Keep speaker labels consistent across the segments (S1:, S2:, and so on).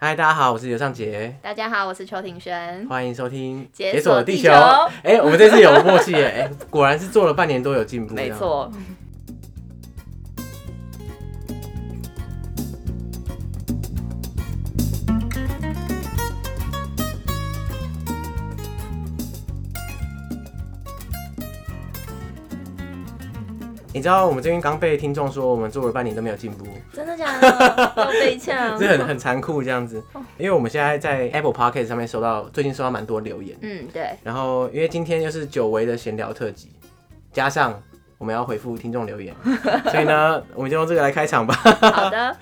S1: 嗨，大家好，我是刘尚杰，
S2: 大家好，我是邱庭轩。
S1: 欢迎收听《
S2: 解
S1: 锁
S2: 锁
S1: 地
S2: 地
S1: 球
S2: 球》。
S1: 哎、我们这次有默契耶！哎、果然是做了半年多有进步。
S2: 没。错，
S1: 你知道我们这边刚被听众说我们做了半年都没有进步，
S2: 真的假的？ 又被呛
S1: 这。很很残酷这样子。
S2: 哦
S1: 因为我们现在在 Apple Podcast 上面收到，最近收到蛮多留言。
S2: 嗯，对，
S1: 然后因为今天又是久违的闲聊特辑，加上我们要回复听众留 言，所以呢，我们就用这个来开场吧。
S2: 好的，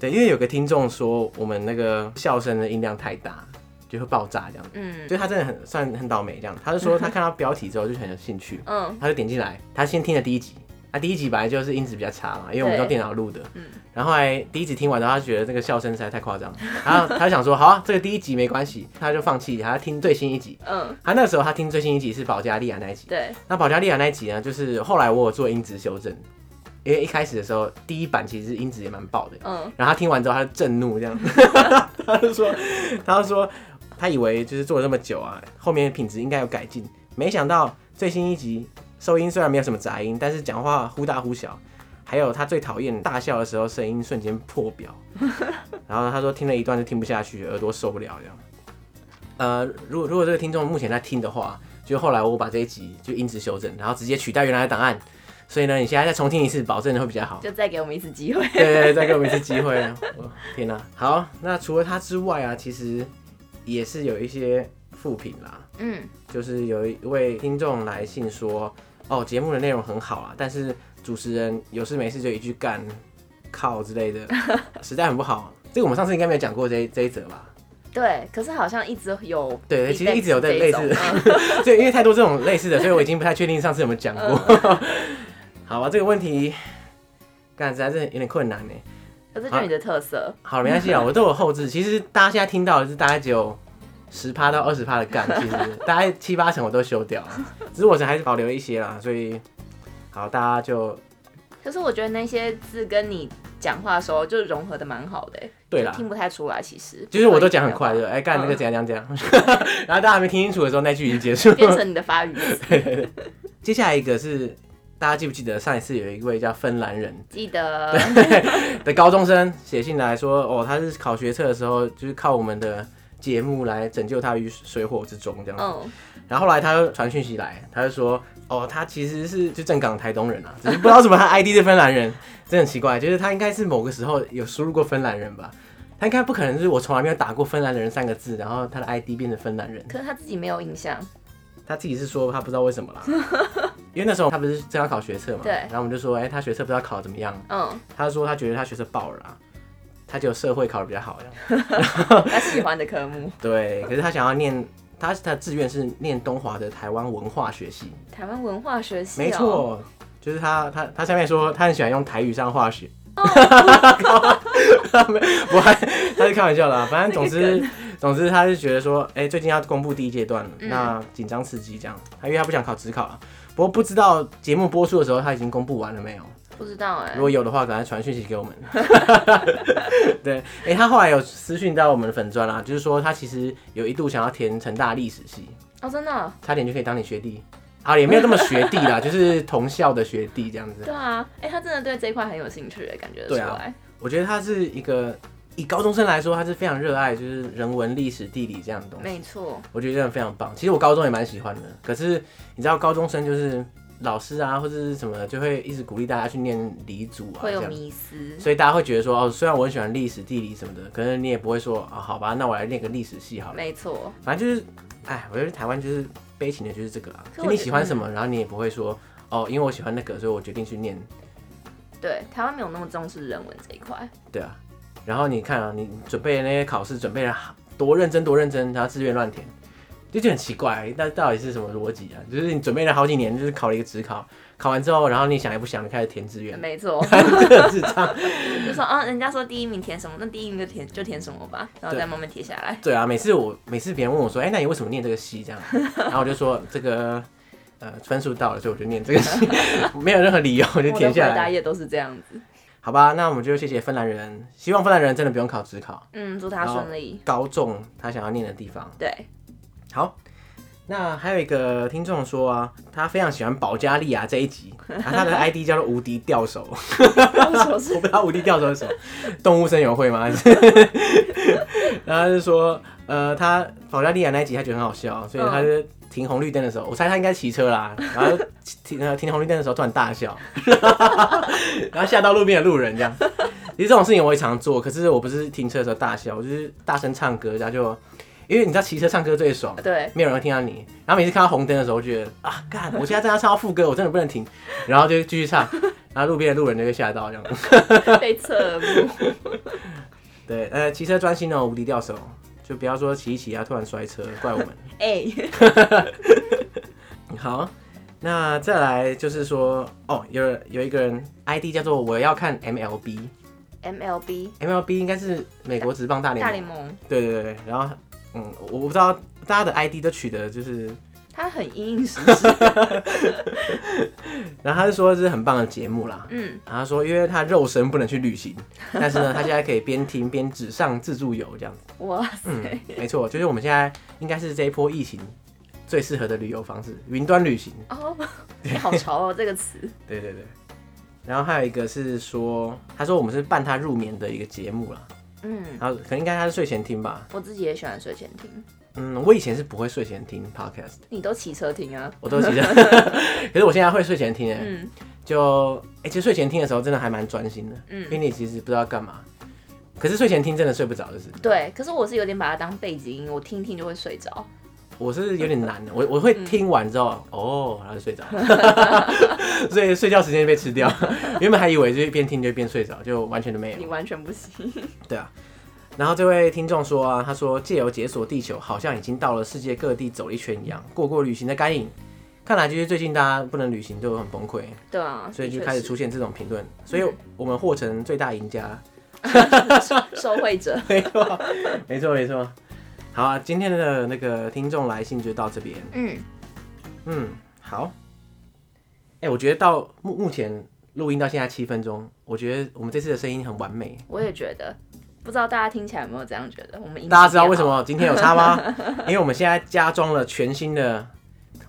S1: 对，因为有个听众说我们那个笑声的音量太大，就会爆炸这样子。
S2: 嗯
S1: 所以他真的很算很倒霉这样。他就说他看到标题之后就很有兴趣，
S2: 嗯，
S1: 他就点进来，他先听了第一集。啊，第一集本来就是音质比较差嘛，因为我们
S2: 对
S1: 用电脑录的。
S2: 嗯
S1: 然后后来第一集听完之后，他觉得这个笑声实在太夸张，然后他就想说，好啊，这个第一集没关系，他就放弃，他听最新一集。
S2: 嗯，
S1: 他那时候他听最新一集是保加利亚那一集，
S2: 对，
S1: 那保加利亚那一集呢，就是后来我有做音质修正，因为一开始的时候第一版其实音质也蛮爆的，
S2: 嗯，
S1: 然后他听完之后，他就震怒这样，他就说，他就说，他以为就是做了这么久啊，后面品质应该有改进，没想到最新一集收音虽然没有什么杂音，但是讲话忽大忽小，还有他最讨厌大笑的时候声音瞬间破表，然后他说听了一段就听不下去，耳朵受不了这样。呃，如果如果这个听众目前在听的话，就后来我把这一集就音质修正，然后直接取代原来的档案，所以呢，你现在再重听一次，保证会比较好。
S2: 就再给我们一次机会。
S1: 对对对，再给我们一次机会啊！我天哪、好，那除了他之外啊，其实也是有一些负评啦，
S2: 嗯，
S1: 就是有一位听众来信说，哦，节目的内容很好啊，但是主持人有事没事就一句干、靠之类的， 实在很不好。这个我们上次应该没有讲过这一这一则吧？
S2: 对，可是好像一直有
S1: 对，其实一直有类
S2: 这
S1: 类
S2: 种嗯
S1: 似， 对，因为太多这种类似的，所以我已经不太确定上次有没有讲过。 好吧，这个问题，干实在是有点困难呢。
S2: 可是就你的特色，
S1: 好，没关 系啊，我都有后置。其实大家现在听到的是大概只有十趴到二十趴的 干，其实大概七八成我都修掉了，只是我还是保留一些啦。所以，好，大家就
S2: 可是我觉得那些字跟你讲话的时候就融合的蛮好的，欸
S1: 对啦
S2: 就。听不太出来。其实，
S1: 就是我都讲很快，对不对，哎，干
S2: 嗯
S1: 那个怎样怎样怎样， 然后大家还没听清楚的时候，那句已经结束
S2: 变
S1: 了。
S2: 成你的发 语词。
S1: 接下来一个是大家记不记得上一次有一位叫芬兰人
S2: 记得，
S1: 的高中生写信来说，哦，他是考学测的时候，就是靠我们的节目来拯救他于水火之中，这样子。
S2: 嗯，
S1: 然后后来他又传讯息来，他就说，哦，他其实是就正港台东人啊，只是不知道为什么他 ID 是芬兰人，真的很奇怪，就是他应该是某个时候有输入过芬兰人吧，他应该不可能是我从来没有打过芬兰人三个字，然后他的 ID 变成芬兰人，
S2: 可是他自己没有印象。
S1: 他自己是说他不知道为什么啦， 因为那时候他不是正要考学测嘛，
S2: 对
S1: 然后我们就说，哎、他学测不知道考得怎么样，
S2: 嗯，
S1: 他说他觉得他学测爆了啦，他只有社会考得比较好，这样
S2: 他喜欢的科目，
S1: 对，可是他想要念。他他的志愿是念东华的台湾文化学系，
S2: 台湾文化学系、哦。
S1: 没错，就是他，他他下面说他很喜欢用台语上化学。
S2: 哦
S1: 我还他是开玩笑 的、啊，反正总之总之他是觉得说，哎、最近要公布第一阶段了，
S2: 嗯
S1: 那紧张刺激这样，他因为他不想考职考了。不过不知道节目播出的时候他已经公布完了没有？
S2: 不知道哎、
S1: 如果有的话，赶快传讯息给我们。 对，哎、他后来有私讯到我们的粉砖啦、啊就是说他其实有一度想要填成大历史系，
S2: 哦，真的哦、
S1: 差点就可以当你学弟。啊，也没有那么学弟 啦，就是同校的学弟这样子。
S2: 对啊，哎、他真的对这一块很有兴趣欸耶，感觉得出
S1: 对啊
S2: 来。
S1: 我觉得他是一个以高中生来说，他是非常热爱就是人文、历史、地理这样的东西。
S2: 没错，
S1: 我觉得真的非常棒。其实我高中也蛮喜欢的，可是你知道高中生就是老师啊或者是什么的就会一直鼓励大家去念理组啊
S2: 会
S1: 这
S2: 有
S1: 样。
S2: 迷思。
S1: 所以大家会觉得说，哦，虽然我很喜欢历史、地理什么的，可是你也不会说啊，好吧，那我来念个历史系好了。
S2: 没错，
S1: 反正就是，哎，我觉得台湾就是悲情的就是这个啊，
S2: 可
S1: 就
S2: 我
S1: 你
S2: 觉
S1: 喜欢什么，然后你也不会说，哦，因为我喜欢那个，所以我决定去念，
S2: 对，台湾没有那么重视人文这一块。
S1: 对啊。然后你看啊，你准备的那些考试准备的多认真多认真，然后志愿乱填，就就很奇怪，那到底是什么逻辑啊？就是你准备了好几年，就是考了一个职考，考完之后，然后你想也不想，你开始填志 愿，
S2: 没错，
S1: 真的智障。
S2: 就说啊，人家说第一名填什么，那第一名就填就填什么吧，然后
S1: 对
S2: 再慢慢填下来。
S1: 对啊，每次我每次别人问我说，哎、那你为什么念这个系这样？然后我就说这个 呃分数到了，所以我就念这个系，没有任何理由，我就
S2: 我
S1: 填
S2: 的回
S1: 下来
S2: 答。也都是这样子。
S1: 好吧，那我们就谢谢芬兰人，希望芬兰人真的不用考职考，
S2: 嗯，祝他顺利。
S1: 高中他想要念的地方。
S2: 对，
S1: 好，那还有一个听众说啊，他非常喜欢保加利亚这一集，然后他的 ID 叫做无敌钓手，
S2: 手
S1: 我
S2: 是
S1: 不知道无敌钓手是什么，动物声友会吗？还是然后他就说，呃，他保加利亚那一集他觉得很好笑，所以他就停红绿灯的时候，我猜他应该骑车啦，然后停呃停红绿灯的时候突然大笑，然后吓到路边的路人这样。其实这种事情我也常做，可是我不是停车的时候大笑，我就是大声唱歌，然后就因为你知道骑车唱歌最爽，
S2: 对，
S1: 没有人会听到你。然后每次看到红灯的时候，觉得啊，干，我现在正要唱到副歌，我真的不能停，然后就继续唱，然后路边的路人就会吓到这样。
S2: 被 侧目。
S1: 对，呃，骑车专心哦，无敌掉手，就不要说骑一骑啊，突然摔车，怪我们。
S2: 哎、
S1: 好，那再来就是说，哦，有有一个人 ID 叫做我要看 MLB，MLB
S2: m l b
S1: 应该是美国职棒大联
S2: 大
S1: 盟，
S2: 联盟，
S1: 对对对对，然后嗯，我不知道大家的 ID 都取得就是
S2: 他很阴影实 施。
S1: 然后他就说这是很棒的节目啦。
S2: 嗯，
S1: 然后他说，因为他肉身不能去旅行，但是呢， 他现在可以边听边纸上自助游这样子。
S2: 哇塞，
S1: 嗯，没错，就是我们现在应该是这一波疫情最适合的旅游方式——云端旅行。
S2: 哦，你好潮哦，这个词。
S1: 对对对。然后还有一个是说，他说我们是伴他入眠的一个节目啦。
S2: 嗯，
S1: 然后可能应该他是睡前听吧。
S2: 我自己也喜欢睡前听，
S1: 嗯，我以前是不会睡前听 podcast，
S2: 你都骑车听啊？
S1: 我都 记得，可是我现在会睡前听诶、欸
S2: 嗯，
S1: 就哎、欸其实睡前听的时候真的还蛮专心的，
S2: 嗯
S1: 因为你其实不知道干嘛，可是睡前听真的睡不着，就是
S2: 对。可是我是有点把它当背景音，我听一听就会睡着。
S1: 我是有点难
S2: 嗯
S1: 的，我我会听完之后、哦，然后就睡着， 所以睡觉时间被吃 掉，原本还以为就是边听就边睡着，就完全都没有
S2: 你，完全 不行。
S1: 对啊。然后这位听众说啊，他说借由解锁地球，好像已经到了世界各地走一圈一样，过过旅行的干瘾。看来就是最近大家不能旅行都很崩溃，
S2: 对啊，
S1: 所以就
S2: 的确
S1: 开始
S2: 是
S1: 出现这种评论，所以我们获成最大赢家。
S2: 受惠者。
S1: 没错，没错，没错。好啊，今天的那个听众来信就到这边。
S2: 嗯，
S1: 嗯，好。哎、我觉得到目目前录音到现在七分钟，我觉得我们这次的声音很完美。
S2: 我也觉得，不知道大家听起来有没有这样觉得？我们音质
S1: 大家知道为什
S2: 变好？
S1: 么今天有差吗？因为我们现在加装了全新的，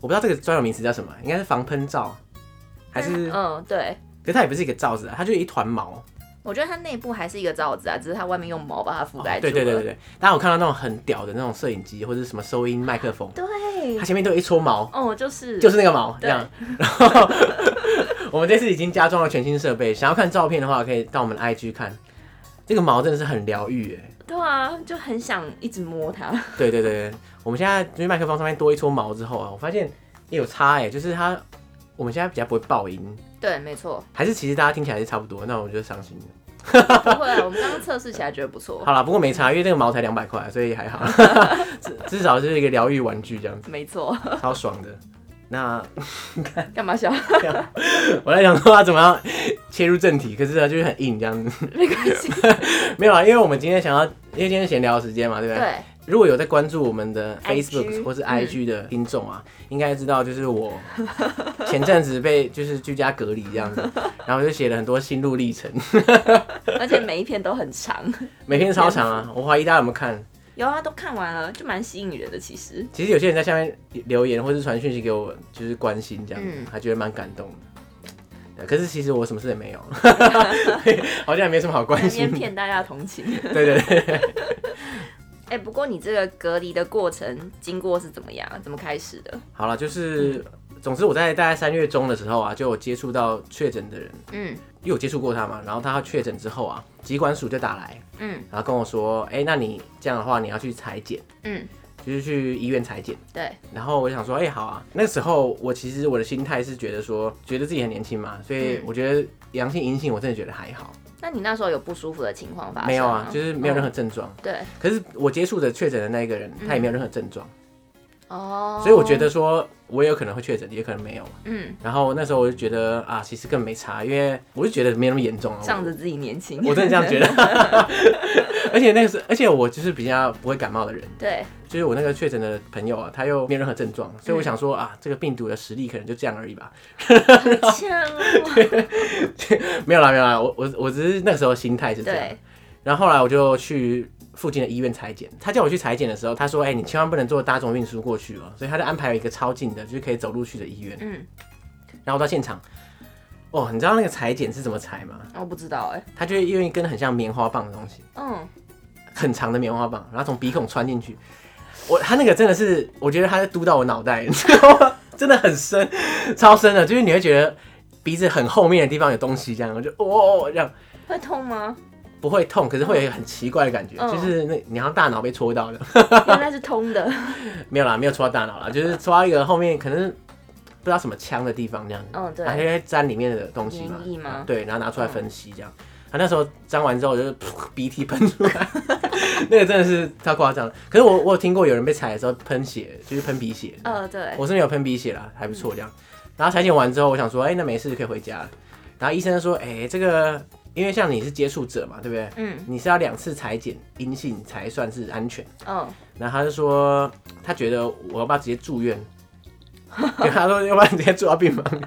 S1: 我不知道这个专有名词叫什么，啊应该是防喷罩，还是？
S2: 嗯，对。
S1: 可是它也不是一个罩子啊，它就是一团毛。
S2: 我觉得它内部还是一个罩子啊，只是它外面用毛把它覆
S1: 哦
S2: 盖住
S1: 对
S2: 了。
S1: 对对对对，大家有看到那种很屌的那种摄影机或者是什么收音麦克风，
S2: 对
S1: 它前面都有一撮毛，
S2: 哦，就是
S1: 就是那个毛这
S2: 对
S1: 样。然后 我们这次已经加装了全新设备，想要看照片的话，可以到我们的 IG 看。这个毛真的是很疗愈哎，
S2: 对啊，就很想一直摸 它。
S1: 对对对，对我们现在就是麦克风上面多一撮毛之后啊，我发现也有差哎，就是它我们现在比较不会爆音，
S2: 对，没错，
S1: 还是其实大家听起来是差不多，那我就伤心了。
S2: 不会啊，我们刚刚测试起来觉得不错。
S1: 好啦，不过没差，因为这个毛才两百块，所以还好，至至少是一个疗愈玩具这样子，
S2: 没错，
S1: 超爽的。那
S2: 干嘛笑？
S1: 我在想说他怎么样切入正题，可是他就是很硬这样子。
S2: 没关系。
S1: 没有啊，因为我们今天想要，因为今天闲聊时间嘛， 对不对？
S2: 对，
S1: 如果有在关注我们的
S2: IG
S1: Facebook 或是
S2: 嗯
S1: IG 的听众啊，应该知道就是我 前阵子被就是居家隔离这样子， 然后我就写了很多心路历程，
S2: 而且每一篇都很长。
S1: 每天超长 啊，我怀疑大家有没有看。
S2: 有啊，都看完了，就蛮吸引人的。其实，
S1: 其实有些人在下面留言或是传讯息给我，就是关心这样子
S2: 嗯，
S1: 还觉得蛮感动的。对可是其实我什么事也 没有，好像也没什么好关
S2: 难免
S1: 心。
S2: 骗大家的同情。
S1: 对对对，
S2: 哎、不过你这个隔离的过程经过是怎么样？啊怎么开始的？
S1: 好了，就是总之我在大概三月中的时候啊，就有接触到确诊的人，
S2: 嗯
S1: 因为我接触过他嘛，然后他确诊之后啊，疾管署就打来，
S2: 嗯
S1: 然后跟我说，哎、那你这样的话，你要去裁剪，
S2: 嗯，
S1: 就是去医院裁剪。
S2: 对，
S1: 然后我就想说，哎、好啊。那时候我其实我的心态是觉得说，觉得自己很年轻嘛，所以
S2: 嗯
S1: 我觉得阳性阴性我真的觉得还好，
S2: 那你那时候有不舒服的情况发生吗？
S1: 没有啊，就是没有任何
S2: 嗯
S1: 症状。
S2: 对
S1: 可是我接触的确诊的那一个人，他
S2: 嗯
S1: 也没有任何症状，
S2: 哦，
S1: 所以我觉得说我也有可能会确诊，也可能没有。
S2: 嗯，
S1: 然后那时候我就觉得啊，其实根本没差，因为我就觉得没那么严重啊。
S2: 仗着自己年轻，
S1: 我真的这样觉得，而且那个是，而且我就是比较不会感冒的人，
S2: 对，
S1: 就是我那个确诊的朋友啊，他又没有任何症状，所以我想说啊，这个病毒的实力可能就这样而已吧。
S2: 很呛 哦。
S1: 没有啦，没有啦，我我我只是那时候心态是这样。
S2: 对，
S1: 然后后来我就去附近的医院裁剪，他叫我去裁剪的时候，他说：“哎、你千万不能坐大众运输过去哦。”所以他就安排了一个超近的，就是可以走路去的医院。
S2: 嗯，
S1: 然后到现场，哦，你知道那个裁剪是怎么裁吗？
S2: 我不知道哎、
S1: 他就会用一根很像棉花棒的东西，
S2: 嗯，
S1: 很长的棉花棒，然后从鼻孔穿进去。我他那个真的是，我觉得他在嘟到我脑袋，你 知道吗？真的很深，超深的，就是你会觉得鼻子很后面的地方有东西，这样我就哦哦哦这样
S2: 会 痛吗？
S1: 不会痛，可是会有一个很奇怪的感觉，
S2: 嗯
S1: 就是那你好像大脑被戳到的，
S2: 原来是通的。
S1: 没有啦，没有戳到大脑啦，就是戳到一个后面可能不知道什么腔的地方这样子，
S2: 嗯，
S1: 然后
S2: 对，
S1: 就会沾里面的东西嘛
S2: 黏液吗，
S1: 对，然后拿出来分析这样。他那时候沾完之后就是鼻涕喷出来， 那个真的是太夸张了。可是我我有听过有人被踩的时候喷血，就是喷鼻血，
S2: 呃，对，
S1: 我是没有喷鼻血啦，还不错这样。然后裁剪完之后，我想说，哎、那没事可以回家了。然后医生就说，哎、这个因为像你是接触者嘛，对不对？
S2: 嗯，
S1: 你是要两次裁剪阴性才算是安全。
S2: 嗯，
S1: 然后他就说，他觉得我要不要直接住 院？因为他说，要不然直接住到病房里。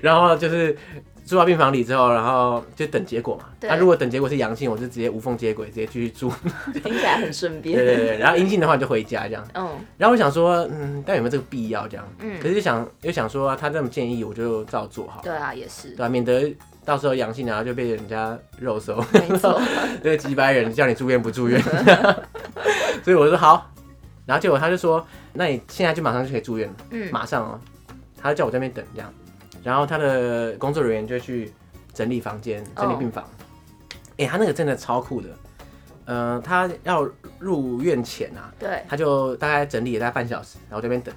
S1: 然后就是住到病房里之后，然后就等结果嘛。啊
S2: 对
S1: 那如果等结果是阳性，我就直接无缝接轨，直接继续 住。
S2: 听起来很顺
S1: 对对
S2: 便。
S1: 对。然后阴性的话，你就回家这样。
S2: 嗯
S1: 然后我想说，嗯，但有没有这个必要这样？可
S2: 嗯，
S1: 是想又想说、他这么建议，我就照做好了，
S2: 对啊，也是
S1: 对，吧、免得到时候阳性然后就被人家肉搜。
S2: 没 错。
S1: 对，几百人叫你住院不住院， 所以我就说好，然后结果他就说，那你现在就马上就可以住院了，
S2: 嗯
S1: 马上哦，他就叫我在那边等这样，然后他的工作人员就去整理房间，整理病房，哎、他那个真的超酷的，呃，他要入院前啊，
S2: 对，
S1: 他就大概整理了大概半小时，然后我这边等，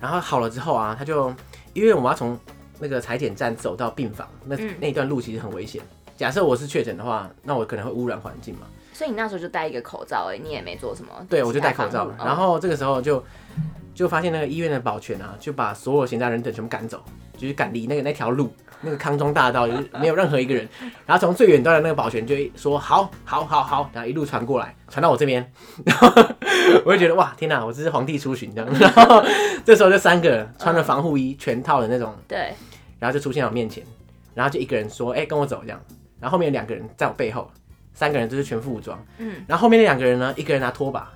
S1: 然后好了之后啊，他就因为我们要从那个裁剪站走到病房，那、
S2: 嗯
S1: 那一段路其实很危险。假设我是确诊的话，那我可能会污染环境嘛，
S2: 所以你那时候就戴一个口罩哎、你也没做什么。
S1: 对我就戴口罩了。然
S2: 后
S1: 后这个时候就就发现那个医院的保全啊，就把所有闲杂人等全部赶走，就是赶离那个那条路，那个康庄大道就是没有任何一个人。 然后从最远端的那个保全就说好，好，好，好，然后一路传过来，传到我这边， 然后我就觉得哇，天哪，我这是皇帝出巡这样。 然后这时候就三个穿着防护衣全套的那种，
S2: 对，
S1: 然后就出现在我面前，然后就一个人说，哎、跟我走这样。然后后面有两个人在我背后，三个人就是全副武装。
S2: 嗯
S1: 然后后面那两个人呢，一个人拿拖把，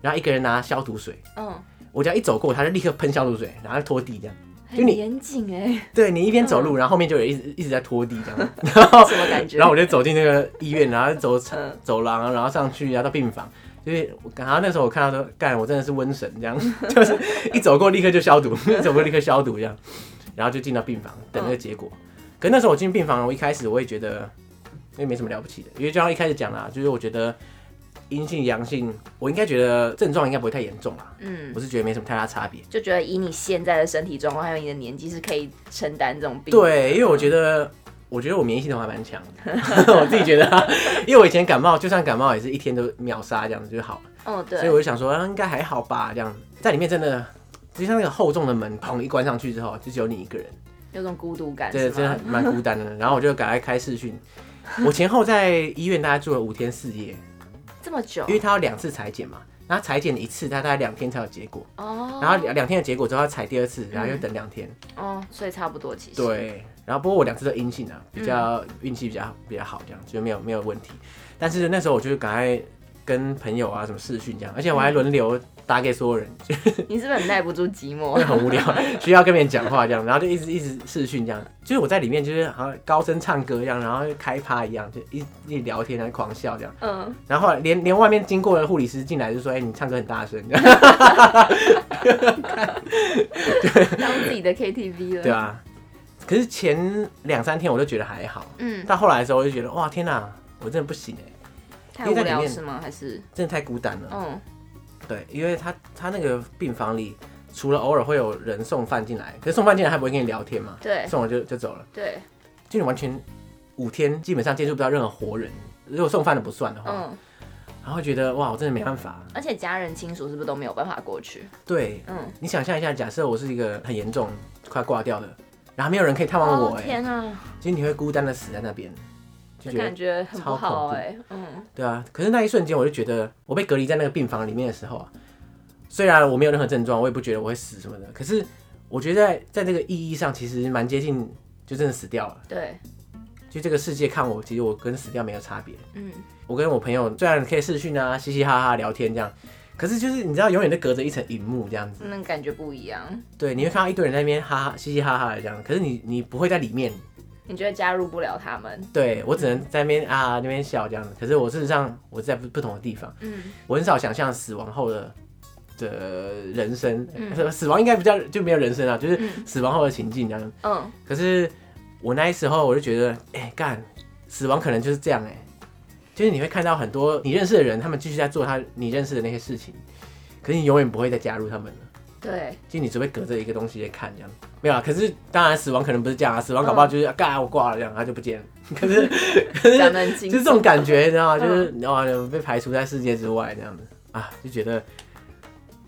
S1: 然后一个人拿消毒水。
S2: 嗯，
S1: 我只要一走过，他就立刻喷消毒水，然后拖地这样。就
S2: 很
S1: 你
S2: 严谨哎，
S1: 对你一边走路，然后后面就有一直一直在拖地这样。然后
S2: 什么感觉？
S1: 哦然后我就走进那个医院，然后走
S2: 嗯
S1: 走廊，然后上去，然后到病房。就是我，然后那时候我看到说，干，我真的是瘟神这 样，就是一走过立刻就消毒，一走过立刻消毒这样，然后就进到病房等那个结果。可那时候我进病房，我一开始我也觉得那没什么了不起的，因为就像一开始讲啦，就是我觉得阴性阳性，我应该觉得症状应该不会太严重啦，
S2: 嗯
S1: 我。是觉得没什么太大差别。
S2: 就觉得以你现在的身体状况，还有你的年纪，是可以承担这种病。
S1: 对，因为我觉得，我觉得我免疫系统还蛮强 的， 我自己觉得啊、因为我以前感冒，就算感冒也是一天都秒杀这样子就好了，
S2: 哦，对，
S1: 所以我就想说、啊、应该还好吧，这样在里面真的。就像那个厚重的门，砰一关上去之后，就只有你一个人，
S2: 有种孤独感，
S1: 这
S2: 是
S1: 真的
S2: 吗？
S1: 很蛮孤单的。然后我就赶快开视讯，我前后在医院大概住了五天四夜，
S2: 这么久
S1: 因为他要两次裁剪嘛，然后裁剪一次，他大概两天才有结果，
S2: 哦，
S1: 然后两两天的结果之后要裁第二次，然后又等两天，
S2: 哦，所以差不多其实。，
S1: 对，然后不过我两次都阴性啊，比较运气比较比较好，这样就没有没有问题。但是那时候我就赶快跟朋友啊什么视讯这样，而且我还轮流打给所有人，就
S2: 你是不是很耐不住寂
S1: 因为
S2: 寞？
S1: 很无聊，需要跟别人讲话这样，然后就一直一直视讯这样。就是我在里面就是好像高声唱歌一样，然后开趴一样，就一一直聊天，然后狂笑这样。
S2: 嗯，
S1: 然后后来连连外面经过的护理师进来就说：“哎、你唱歌很大声。”这样
S2: 当自己的 KTV 了。
S1: 对啊。可是前两三天我就觉得还好，
S2: 嗯，
S1: 到后来的时候我就觉得哇天哪、我真的不行哎、
S2: 太
S1: 因为
S2: 无
S1: 在里
S2: 聊
S1: 面
S2: 是吗？还是
S1: 真的太孤单了。
S2: 嗯
S1: 对，因为他他那个病房里，除了偶尔会有人送饭进来，可是送饭进来他不会跟你聊天嘛，
S2: 对
S1: 送了就就走了，
S2: 对
S1: 就你完全五天基本上接触不到任何活人，如果送饭的不算的话，
S2: 嗯，
S1: 然后觉得哇，我真的没办法。
S2: 而且家人亲属是不是都没有办法过去？
S1: 对
S2: 嗯，
S1: 你想象一下，假设我是一个很严重快挂掉的，然后没有人可以探望我、
S2: 哦
S1: 哎、
S2: 天啊，
S1: 其实你会孤单的死在那边。就
S2: 这
S1: 觉
S2: 感
S1: 得
S2: 觉很不
S1: 超
S2: 好
S1: 恐怖
S2: 哎、嗯，
S1: 对啊。可是那一瞬间，我就觉得我被隔离在那个病房里面的时候啊，虽然我没有任何症状，我也不觉得我会死什么的，可是我觉得在在这个意义上，其实蛮接近，就真的死掉了。
S2: 对，
S1: 就这个世界看我，其实我跟死掉没有差别。
S2: 嗯，
S1: 我跟我朋友虽然可以视讯啊，嘻嘻哈哈聊天这样，可是就是你知道，永远都隔着一层荧幕这样子。
S2: 那种感觉不一样，
S1: 对，你会看到一堆人在那边哈哈嘻嘻哈哈的这样，可是你你不会在里面。
S2: 你觉得加入不了他们？
S1: 对我只能在那边啊那边笑这样子，可是我事实上我在不不同的地方，
S2: 嗯，
S1: 我很少想象死亡后的的人生，呃死亡应该比较就没有人生啊，就是死亡后的情境这样。
S2: 嗯，
S1: 可是我那时候我就觉得，哎、干，死亡可能就是这样哎、就是你会看到很多你认识的人，他们继续在做他你认识的那些事情，可是你永远不会再加入他们了，
S2: 对，
S1: 就你只会隔着一个东西在看这样。没有啊，可是当然死亡可能不是这样啊，死亡搞不好就是啊干、我挂了这样，他就不见了。可是可
S2: 讲
S1: 是
S2: 的很清
S1: 就
S2: 楚
S1: 是这，种感觉，你知道吗？
S2: 嗯
S1: 就是哦被排除在世界之外这样子啊，就觉得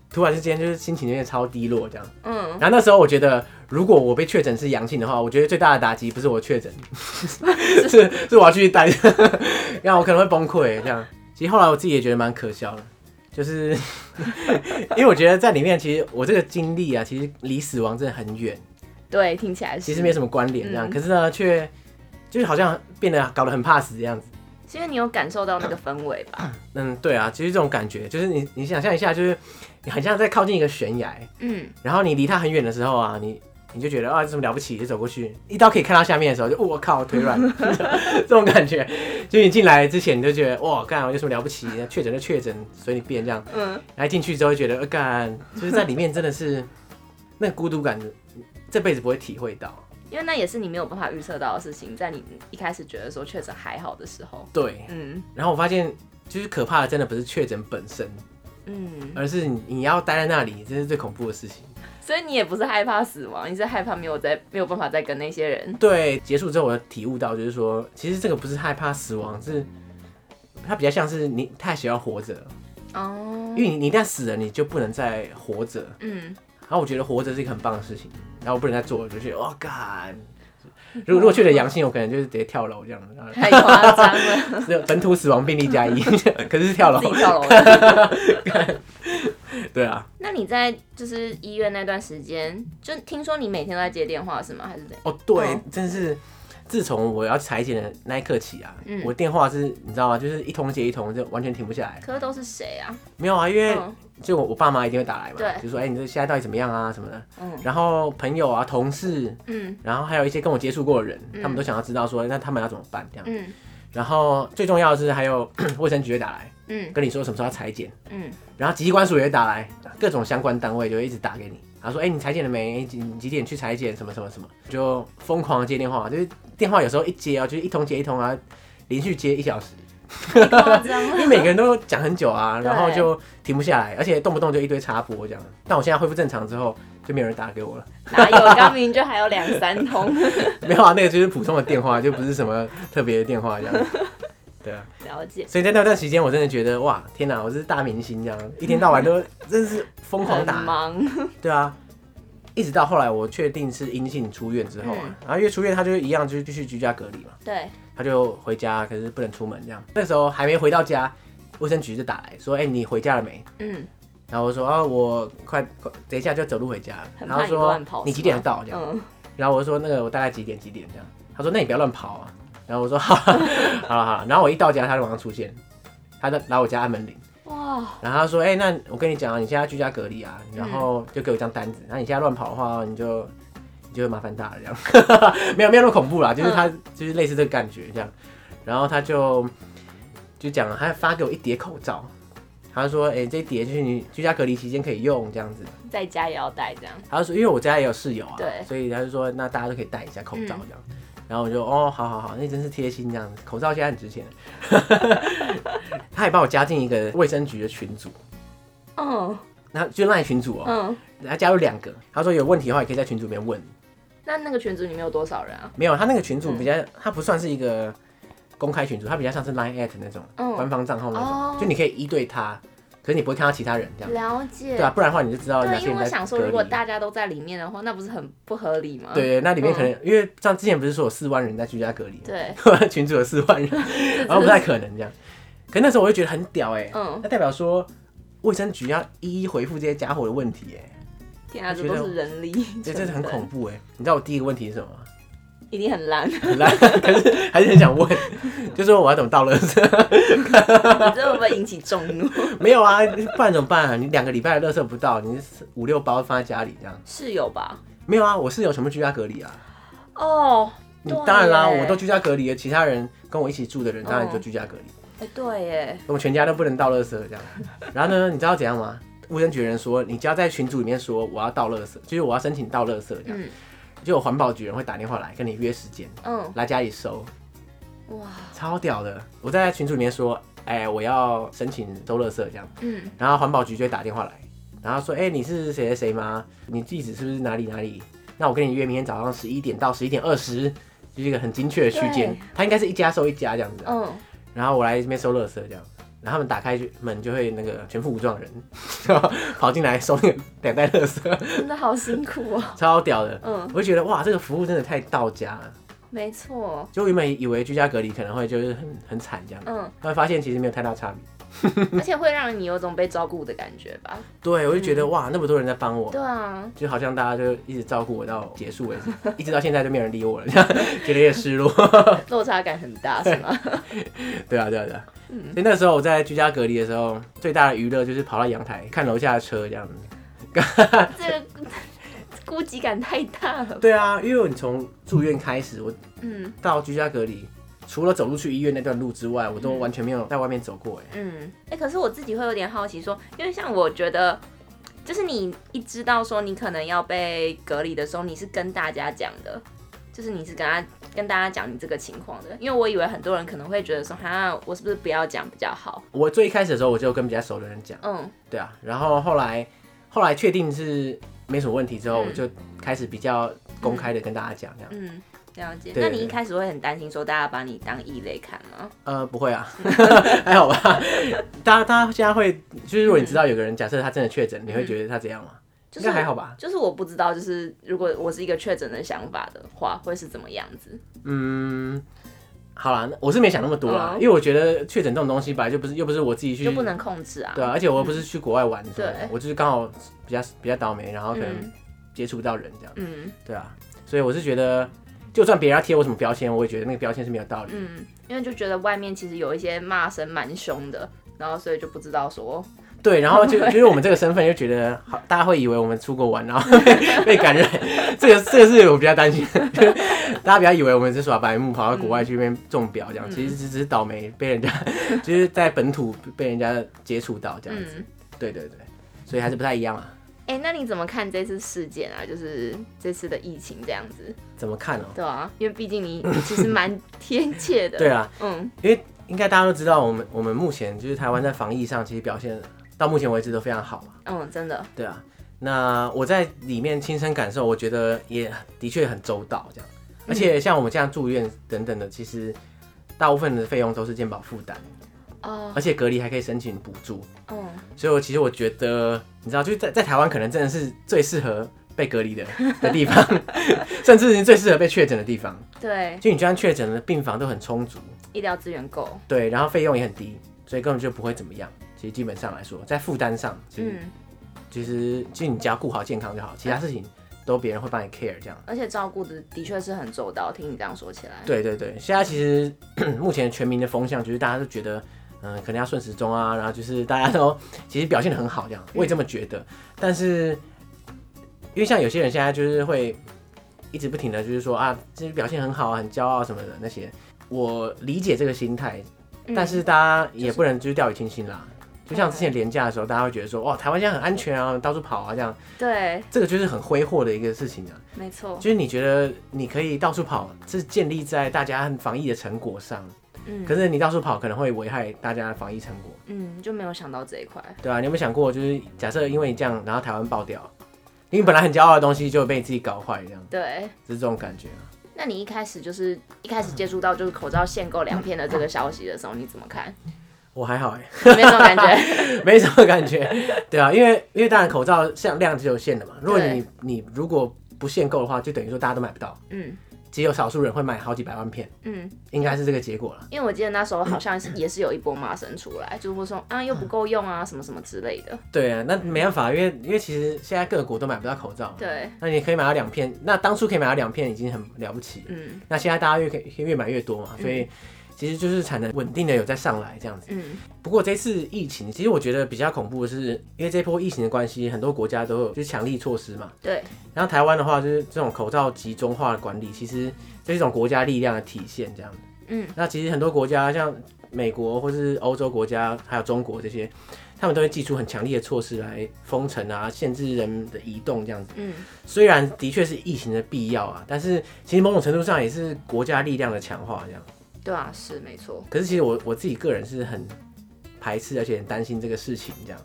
S1: 突然之间就是心情有点超低落这样。
S2: 嗯，
S1: 然后那时候我觉得，如果我被确诊是阳性的话，我觉得最大的打击不是我确诊， 是是我要去 待，然后我可能会崩溃这样。其实后来我自己也觉得蛮可笑的，就是 因为我觉得在里面，其实我这个经历啊，其实离死亡真的很远，
S2: 对，听起来是，
S1: 其实没什么关联这样。
S2: 嗯
S1: 可是呢，却就是好像变得搞得很怕死这样子。
S2: 是因为你有感受到那个氛围吧？
S1: 嗯，对啊，其实这种感觉就是你你想象一下，就是你很像在靠近一个悬崖，
S2: 嗯，
S1: 然后你离他很远的时候啊，你你就觉得啊，这什么了不起，就走过去，一刀可以看到下面的时候，就哦我靠，腿软， 这种感觉。就你进来之前你就觉得哇，干有什么了不起，确诊就确诊，随你便这样。
S2: 嗯，
S1: 然后进去之后就觉得，呃干，就是在里面真的是那个孤独感，这辈子不会体会到。
S2: 因为那也是你没有办法预测到的事情，在你一开始觉得说确诊还好的时候，
S1: 对，
S2: 嗯
S1: 然后我发现。就是可怕的，真的不是确诊本身，
S2: 嗯，
S1: 而是你你要待在那里，这是最恐怖的事情。
S2: 所以你也不是害怕死亡，你是害怕没有在没有办法再跟那些人，
S1: 对，结束之后我体悟到，就是说，其实这个不是害怕死亡，是它比较像是你太喜欢活着了，
S2: 哦
S1: 因，为你你一旦死了，你就不能再活着。
S2: 嗯，
S1: 然后我觉得活着是一个很棒的事情，然后我不能再做了，就觉得哦干。如果如果确诊阳性，我可能就是直接跳楼这样，然
S2: 太夸张了，
S1: 后只 有本土死亡病例加一，可是是跳楼
S2: 自。己跳楼 了。
S1: 对啊，
S2: 那你在就是医院那段时间，就听说你每天都在接电话是吗？还是怎样？
S1: 哦对
S2: 嗯，
S1: 真是。自从我要裁剪的那一刻起啊，
S2: 嗯
S1: 我电话是你知道吗？就是一通接一通，就完全停不下来。
S2: 可是都是谁啊？
S1: 没有啊，因为
S2: 嗯
S1: 就我我爸妈一定会打来嘛，
S2: 对
S1: 就说哎、你这现在到底怎么样啊什么的。
S2: 嗯
S1: 然后朋友啊、同事，
S2: 嗯
S1: 然后还有一些跟我接触过的人，
S2: 嗯
S1: 他们都想要知道说哎那他们要怎么办这样。
S2: 嗯
S1: 然后最重要的是还有 卫生局会打来
S2: 嗯
S1: 跟你说什么时候要裁剪，
S2: 嗯，
S1: 然后机关署也会打来，各种相关单位就会一直打给你，然后说哎、你裁剪了没？几你几点去裁剪？什么什么什么，就疯狂的接电话，就是电话有时候一接啊，就是一通接一通啊，连续接一小时。
S2: 太夸张
S1: 因为
S2: 了。
S1: 每个人都讲很久啊，
S2: 对
S1: 然后就停不下来，而且动不动就一堆插播这样。但我现在恢复正常之后，就没有人打给我了。
S2: 哪有？刚刚明明就还有两三通。
S1: 没有啊，那个就是普通的电话，就不是什么特别的电话这 样。对啊，
S2: 了解。
S1: 所以在那段时间，我真的觉得哇，天哪，我是大明星这样，一天到晚 都真是疯狂
S2: 很
S1: 打。
S2: 忙，
S1: 对啊，一直到后来我确定是阴性出院之后啊
S2: 嗯，
S1: 然后因为出院他就一样就是继续居家隔离嘛，
S2: 对，
S1: 他就回家，可是不能出门这样。那时候还没回到家，卫生局就打来说，哎、你回家了没？
S2: 嗯
S1: 然后我说啊，我快快等一下就走路回家了。
S2: 很
S1: 然
S2: 怕
S1: 后
S2: 你乱跑
S1: 说
S2: 是
S1: 你几点到这样？
S2: 嗯，
S1: 然后我说那个我大概几点几点这样。啊他说那你不要乱跑啊。然后我说好，好了好了。然后我一到家，他就马上出现，他就来我家按门铃。
S2: 哇，
S1: 然后他说哎、那我跟你讲啊，你现在居家隔离啊，然后就给我一张单子。那你现在乱跑的话，你就你就麻烦大了这样。 没有没有那么恐怖啦，就是他就是类似这个感觉这样。然后他就就讲了，他发给我一叠口罩。他说：“哎、这一叠就是你居家隔离期间可以用这样子。”
S2: 在家也要带这样，
S1: 他就说，因为我家也有室友啊，
S2: 对
S1: 所以他就说，那大家都可以戴一下口罩这样。然后我就哦，好好好，那真是贴心这样子，口罩现在很值钱。 他还帮我加进一个卫生局的群组，
S2: 嗯
S1: 然后就赖群组哦，
S2: 嗯。
S1: 然后加入两个。他说有问题的话也可以在群组里面问。
S2: 那那个群组里面有多少人啊？
S1: 没有，他那个群组比较，他不算是一个公开群组，他比较像是 Line at 那种、
S2: 嗯
S1: 官方账号那种，
S2: 哦
S1: 就你可以一对他，可是你不会看到其他人这样，
S2: 了解。
S1: 对啊，不然的话你就知道哪
S2: 对，
S1: 些
S2: 因
S1: 人
S2: 为我
S1: 在
S2: 想说，
S1: 隔
S2: 如果
S1: 离
S2: 大家都在里面的话，那不是很不合理吗？
S1: 对对，那里面可能、
S2: 嗯
S1: 因为像之前不是说有四万人在居家隔离，
S2: 对，
S1: 群主有四万人， 然后不太可能这样。可那时候我就觉得很屌哎、
S2: 嗯，
S1: 那代表说卫生局要一一回复这些家伙的问题哎、
S2: 天啊，
S1: 我
S2: 这
S1: 觉得
S2: 都是人力，
S1: 这真的很恐
S2: 怖，
S1: 怖哎、你知道我第一个问题是什么吗？
S2: 一定很烂。
S1: 很烂， 可是还是很想问， 就说我要怎么倒垃圾？
S2: 你这会不会引起众 怒？
S1: 没有啊，不然怎么办啊？你两个礼拜的垃圾不到，你五六包放在家里这样？
S2: 室友吧？
S1: 没有啊，我室友全部居家隔离啊。
S2: 哦，
S1: 你
S2: 对耶哦
S1: 当然啦，我都居家隔离了，其他人跟我一起住的人当然就居家隔离，
S2: 哎，对耶，
S1: 我们全家都不能倒垃圾这样。然后呢，你知道怎样吗？卫生局的人说，你只要在群组里面说我要倒垃圾，就是我要申请倒垃圾这样，
S2: 嗯
S1: 就有环保局人会打电话来跟你约时间
S2: 嗯，
S1: 来家里收，
S2: 哇，
S1: 超屌的。我在群组里面说，哎、我要申请收垃圾这样。
S2: 嗯，
S1: 然后环保局就会打电话来，然后说：“哎、你是谁谁谁吗？你地址是不是哪里哪里？那我跟你约明天早上十一点到十一点二十，就是一个很精确的区间
S2: 对。
S1: 他应该是一家收一家这样子、啊。
S2: 嗯，
S1: 然后我来这边收垃圾这样，然后他们打开门就会那个全副武装的人， 然后跑进来收那个两袋垃 圾，
S2: 真的好辛苦哦。
S1: 超屌的。
S2: 嗯，
S1: 我就觉得哇，这个服务真的太到家了。
S2: 没错，
S1: 就原本以为居家隔离可能会就是很很惨这样，
S2: 嗯，
S1: 后来发现其实没有太大差别。
S2: 而且会让你有种被照顾的感觉吧？
S1: 对，我就觉得
S2: 嗯
S1: 哇，那么多人在帮我，
S2: 对啊，
S1: 就好像大家就一直照顾我到结束为止， 一直到现在都没有人理我了， 这样觉得有点失落。
S2: 落差感很大，是 吗？
S1: 对啊，对啊，对啊。所以那时候我在居家隔离的时候，最大的娱乐就是跑到阳台看楼下的车这样子。
S2: 这个孤寂感太大了。
S1: 对啊，因为你从住院开始，我
S2: 嗯
S1: 到居家隔离，除了走路去医院那段路之外，我都完全没有在外面走过。哎，
S2: 嗯，哎、可是我自己会有点好奇说因为像我觉得。就是你一知道说你可能要被隔离的时候，你是跟大家讲的，就是你是跟他跟大家讲你这个情况的，因为我以为很多人可能会觉得说，哈，我是不是不要讲比较好？
S1: 我最开始的时候我就跟比较熟的人讲，
S2: 嗯
S1: 对啊，然后后来后来确定是没什么问题之后，
S2: 嗯
S1: 我就开始比较公开的跟大家讲这样。
S2: 嗯，了解。
S1: 对
S2: 那你一开始会很担心说大家把你当异类看吗？
S1: 呃，不 会啊，还好吧。大家大家现在会，就是如果你知道有个人，假设他真的确诊，你会觉得他怎样吗？
S2: 嗯就
S1: 应
S2: 是
S1: 该还好吧。
S2: 就是我不知道，就是如果我是一个确诊的想法的话，会是怎么样子？
S1: 嗯，好啦，那我是没想那么多啦，
S2: 哦
S1: 因为我觉得确诊这种东西本来就不是，又不是我自己去，
S2: 就不能控制啊。
S1: 对啊，而且我又不是去国外玩什么的
S2: 对
S1: 我就是刚好比较比较倒霉，然后可能
S2: 嗯
S1: 接触不到人这样，
S2: 嗯
S1: 对啊，所以我是觉得，就算别人要贴我什么标签，我也觉得那个标签是没有道理。
S2: 嗯，因为就觉得外面其实有一些骂声蛮凶的，然后所以就不知道说，
S1: 对，然后就就是我们这个身份就觉得，好，大家会以为我们出国玩，然后 被被感染，这个这个是我比较担心的， 就是大家不要以为我们是耍白目，跑到国外去那边中标这样，其实只只是倒霉被人家， 就是在本土被人家接触到这样子，
S2: 嗯，
S1: 对对对，所以还是不太一样啊。
S2: 哎、那你怎么看这次事件啊？就是这次的疫情这样子，
S1: 怎么看哦、
S2: 对啊，因为毕竟你其实蛮 贴切的。
S1: 对，啊，
S2: 嗯
S1: 因为应该大家都知道，我们我们目前就是台湾在防疫上其实表现到目前为止都非常好嘛。
S2: 嗯，真的，
S1: 对啊，那我在里面亲身感受，我觉得也的确很周到这样。而且像我们这样住院等等的，其实大部分的费用都是健保负担，
S2: 哦，
S1: 而且隔离还可以申请补助。
S2: 嗯，
S1: 所以我其实我觉得，你知道，就是在在台湾可能真的是最适合被隔离的的地方，甚至是最适合被确诊的地方。
S2: 对，
S1: 就你就算确诊了，病房都很充足，
S2: 医疗资源够，
S1: 对，然后费用也很低，所以根本就不会怎么样。其实基本上来说，在负担上，其实
S2: 嗯，
S1: 其实就你只要顾好健康就好，其他事情都别人会帮你 care 这样。
S2: 而且照顾的的确是很周到，听你这样说起来，
S1: 对对对，现在其实 目前全民的风向就是大家都觉得，嗯、可能要顺时钟啊，然后就是大家都其实表现的很好这样，我也这么觉得。但是因为像有些人现在就是会一直不停的就是说啊，这表现很好啊，很骄傲什么的那些，我理解这个心态，
S2: 嗯
S1: 但是大家也不能就是掉以轻心啦。就像之前廉价的时候，大家会觉得说，哇，台湾现在很安全啊，到处跑啊，这样，
S2: 对，
S1: 这个就是很挥霍的一个事情啊。
S2: 没错，
S1: 就是你觉得你可以到处跑，是建立在大家防疫的成果上，
S2: 嗯
S1: 可是你到处跑可能会危害大家的防疫成果，
S2: 嗯，就没有想到这一块，
S1: 对啊，你有没有想过，就是假设因为你这样，然后台湾爆掉，因为本来很骄傲的东西就被你自己搞坏，这样
S2: 对。
S1: 就是这种感觉啊。
S2: 那你一开始就是一开始接触到就是口罩限购两片的这个消息的时候，你怎么看？
S1: 我还好哎、
S2: 没这种感 觉。
S1: 没什么感觉，对啊，因为因为当然口罩像量是有限的嘛，如果你你如果不限购的话，就等于说大家都买不到，
S2: 嗯
S1: 只有少数人会买好几百万片，
S2: 嗯，
S1: 应该是这个结果了。
S2: 因为我记得那时候好像是也是有一波骂声出来，就是会说啊又不够用啊什么什么之类的。
S1: 对啊，那没办法，因为因为其实现在各国都买不到口罩，，
S2: 对，
S1: 那你可以买到两片，那当初可以买到两片已经很了不起了，
S2: 嗯
S1: 那现在大家越可以越买越多嘛，所以其实就是产能稳定的有在上来这样子。
S2: 嗯
S1: 不过这次疫情，其实我觉得比较恐怖的是，因为这波疫情的关系，很多国家都有就是强力措施嘛，
S2: 对，
S1: 然后台湾的话，就是这种口罩集中化的管理，其实这是一种国家力量的体现。这样，
S2: 嗯，
S1: 那其实很多国家，像美国或是欧洲国家，还有中国这些，他们都会祭出很强力的措施来封城啊，限制人的移动这样子。
S2: 嗯
S1: 虽然的确是疫情的必要啊，但是其实某种程度上也是国家力量的强化这样。
S2: 对啊是没错。
S1: 可是其实我我自己个人是很排斥，而且很担心这个事情这样，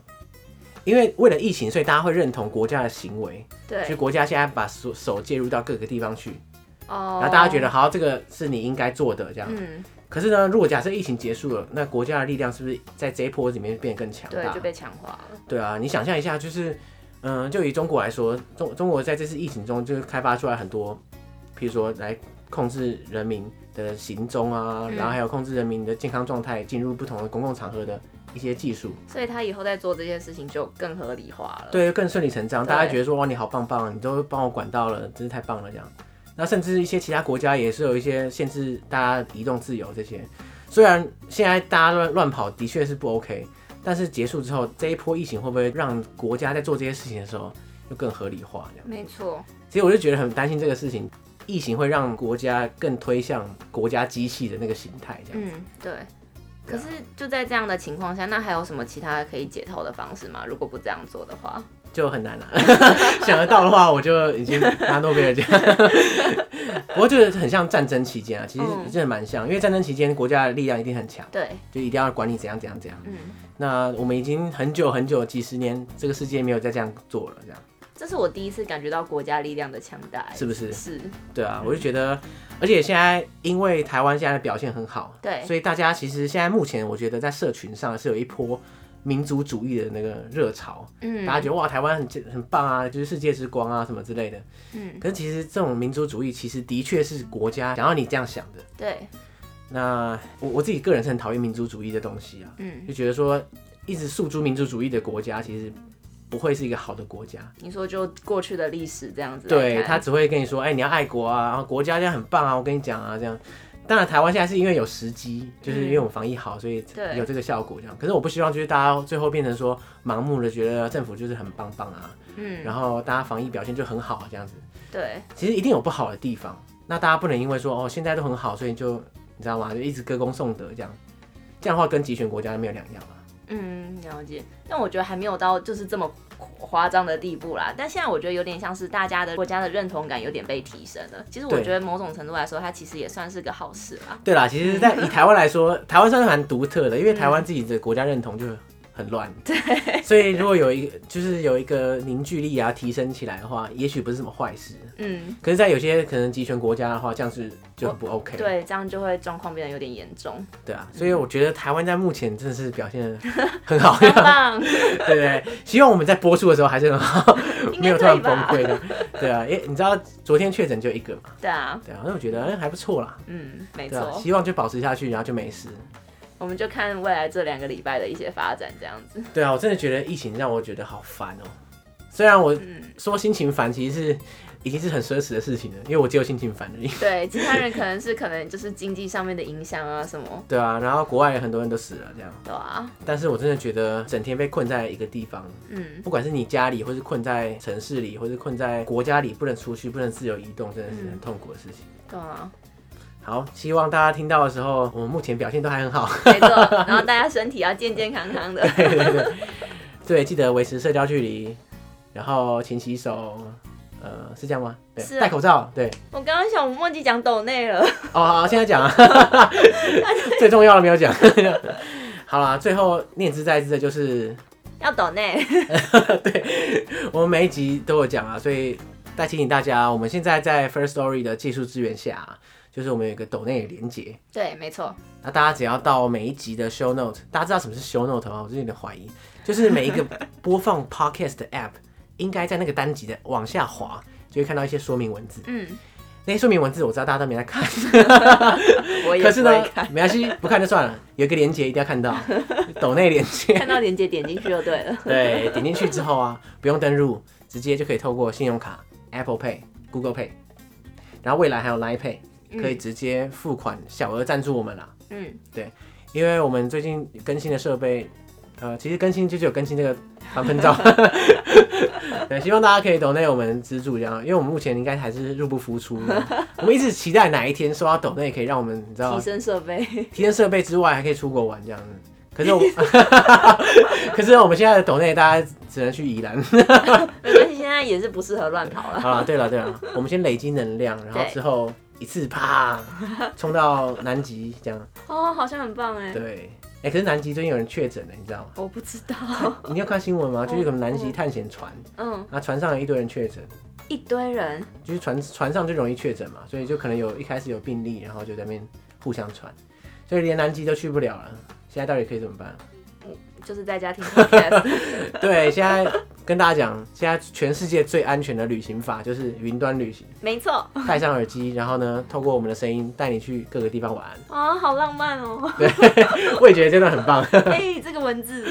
S1: 因为为了疫情，所以大家会认同国家的行为。就
S2: 对
S1: 国家现在把手手介入到各个地方去，
S2: 哦，
S1: 然后大家觉得好，这个是你应该做的这样。
S2: 嗯
S1: 可是呢，如果假设疫情结束了，那国家的力量是不是在这一波里面变得更强
S2: 对
S1: 大
S2: 就？被强化了。
S1: 对啊，你想象一下，就是嗯、就以中国来说，中中国在这次疫情中就是开发出来很多，譬如说来控制人民的行踪啊，
S2: 嗯
S1: 然后还有控制人民的健康状态，进入不同的公共场合的一些技术，
S2: 所以他以后在做这件事情就更合理化了。
S1: 对，更顺理成章，
S2: 对
S1: 大家觉得说哇，你好棒棒，你都帮我管到了，真是太棒了这样。那甚至一些其他国家也是有一些限制大家移动自由这些，虽然现在大家乱乱跑的确是不 OK，但是结束之后这一波疫情会不会让国家在做这些事情的时候又更合理化这样？
S2: 没错，
S1: 其实我就觉得很担心这个事情，疫情会让国家更推向国家机器的那个形态这样。啊
S2: 嗯，对。可是就在这样的情况下，那还有什么其他可以解套的方式吗？如果不这样做的话，
S1: 就很难了、 想得到的话，我就已经拿诺贝尔奖。 不过就是很像战争期间啊，其实
S2: 嗯
S1: 真的蛮像，因为战争期间国家的力量一定很强，
S2: 对，
S1: 就一定要管理怎样怎样怎样。
S2: 嗯，
S1: 那我们已经很久很久几十年，这个世界没有再这样做了，这样
S2: 这是我第一次感觉到国家力量的强大、
S1: 是不是？
S2: 是，
S1: 对啊，我就觉得，而且现在因为台湾现在的表现很好，
S2: 对
S1: 所以大家其实现在目前我觉得在社群上是有一波民族主义的那个热潮，
S2: 嗯，
S1: 大家觉得哇台湾很很棒啊，就是世界之光啊什么之类的。
S2: 嗯，
S1: 可是其实这种民族主义其实的确是国家想要你这样想的。
S2: 对，
S1: 那我我自己个人是很讨厌民族主义的东西啊，
S2: 嗯，
S1: 就觉得说一直诉诸民族主义的国家其实不会是一个好的国家。
S2: 你说就过去的历史这样子来
S1: 对
S2: 看，
S1: 他只会跟你说，哎、你要爱国啊，然后国家这样很棒啊，我跟你讲啊，这样。当然，台湾现在是因为有时机，就是因为我们防疫好，所以
S2: 对
S1: 有这个效果这样。可是我不希望就是大家最后变成说盲目的觉得政府就是很棒棒啊，
S2: 嗯，
S1: 然后大家防疫表现就很好啊这样子。
S2: 对，
S1: 其实一定有不好的地方。那大家不能因为说哦现在都很好，所以就你知道吗？就一直歌功颂德这样，这样的话跟集权国家没有两样啊了。
S2: 嗯，了解。但我觉得还没有到就是这么夸张的地步啦。但现在我觉得有点像是大家的国家的认同感有点被提升了。其实我
S1: 对
S2: 觉得某种程度来说，它其实也算是个好事啦。
S1: 对啦，其实，在以台湾来说，台湾算是蛮独特的，因为台湾自己的国家认同就很乱。对，所以如果有一个就是有一个凝聚力啊提升起来的话，也许不是什么坏事。
S2: 嗯，
S1: 可是，在有些可能集权国家的话，这样是就很不 OK。
S2: 对，这样就会状况变得有点严 重。
S1: 对啊，所以我觉得台湾在目前真的是表现得很好，
S2: 棒 棒，
S1: 对对，对希望我们在播出的时候还是很好，
S2: 应
S1: 没有
S2: 该
S1: 突然
S2: 可以
S1: 崩
S2: 吧？
S1: 溃的。 对啊，诶，你知道昨天确诊就一个嘛？
S2: 对啊，
S1: 对啊，那我觉得诶还不错啦。
S2: 嗯，没
S1: 对啊，
S2: 错，
S1: 希望就保持下去，然后就没事。
S2: 我们就看未来这两个礼拜的一些发展，这样子。
S1: 对啊，我真的觉得疫情让我觉得好烦哦、虽然我
S2: 嗯，
S1: 说心情烦，其实是已经是很奢侈的事情了，因为我只有心情烦而已。
S2: 对，其他人可能是可能就是经济上面的影响啊什么，
S1: 对啊，然后国外有很多人都死了这样，
S2: 对啊，
S1: 但是我真的觉得整天被困在一个地方，
S2: 嗯
S1: 不管是你家里，或是困在城市里，或是困在国家里，不能出去，不能自由移动，真的
S2: 嗯
S1: 是很痛苦的事情。
S2: 对啊，
S1: 好，希望大家听到的时候，我们目前表现都还很好。
S2: 没错。然后大家身体要健健康康的。
S1: 对对对， 对，记得维持社交距离，然后勤洗手，呃，是这样吗？对，
S2: 是啊
S1: 戴口罩，对。
S2: 我刚刚想，我们忘记讲抖内了。
S1: 哦，好，现在讲 啊，最重要的没有讲。 好啦，最后念之在之的就是，
S2: 要抖内，
S1: 我们每一集都有讲啊，所以再提醒大家，我们现在在 First Story 的技术支援下啊、就是我们有一个抖内的连接，
S2: 对，没错，
S1: 那大家只要到每一集的 show note，大家知道什么是 show note 吗？我是有点怀疑，就是每一个 播放 podcast 的 app 应该在那个单集的往下滑，就会看到一些说明文字。
S2: 嗯，
S1: 那些说明文字我知道大家都没在看，
S2: 我也
S1: 可是
S2: 不
S1: 呢
S2: 会看，
S1: 没关系，不看就算了。有一个连接一定要看到，抖内连 接，
S2: 看到链接点进去就对了。
S1: 对，点进去之后啊，不用登录，直接就可以透过信用卡、Apple Pay、Google Pay，然后未来还有 Line Pay，可以直接付款小额赞助我们啦。
S2: 嗯，
S1: 因为我们最近更新的设备，呃，其实更新就是有更新这个防喷 罩，对，希望大家可以抖内我们资助这样，因为我们目前应该还是入不敷出的， 我们一直期待哪一天收到抖内可以让我们你知道
S2: 提升设备，
S1: 提升设备之外，还可以出国玩这样子。可 是我， 可是我们现在的抖内大家只能去宜 兰
S2: 没关系，现在也是不适合乱跑了。
S1: 啊。对了对了，我们先累积能量，然后
S2: 对
S1: 之后一次啪冲到南极这样。
S2: 哦，好像很棒哎，
S1: 对，哎、可是南极最近有人确诊了，你知道吗？
S2: 我不知道，
S1: 你有看新闻吗？就是什么南极
S2: 嗯
S1: 探险船，
S2: 嗯，
S1: 那船上有一堆人确诊，
S2: 一堆人，
S1: 就是船船上就容易确诊嘛，所以就可能有一开始有病例，然后就在那边互相传，所以连南极都去不了了。现在到底可以怎么办？
S2: 就是在家听 podcast，
S1: 对，现在跟大家讲，现在全世界最安全的旅行法就是云端旅行，
S2: 没错，
S1: 戴上耳机，然后呢，透过我们的声音带你去各个地方玩。
S2: 啊，好浪漫哦，
S1: 我也觉得真的很棒。
S2: 哎，这个文字，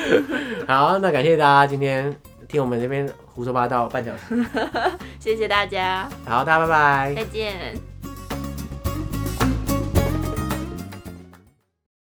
S1: 好，那感谢大家今天听我们这边胡说八道半小时。
S2: 谢谢大家，
S1: 好，大家拜拜。
S2: 再见。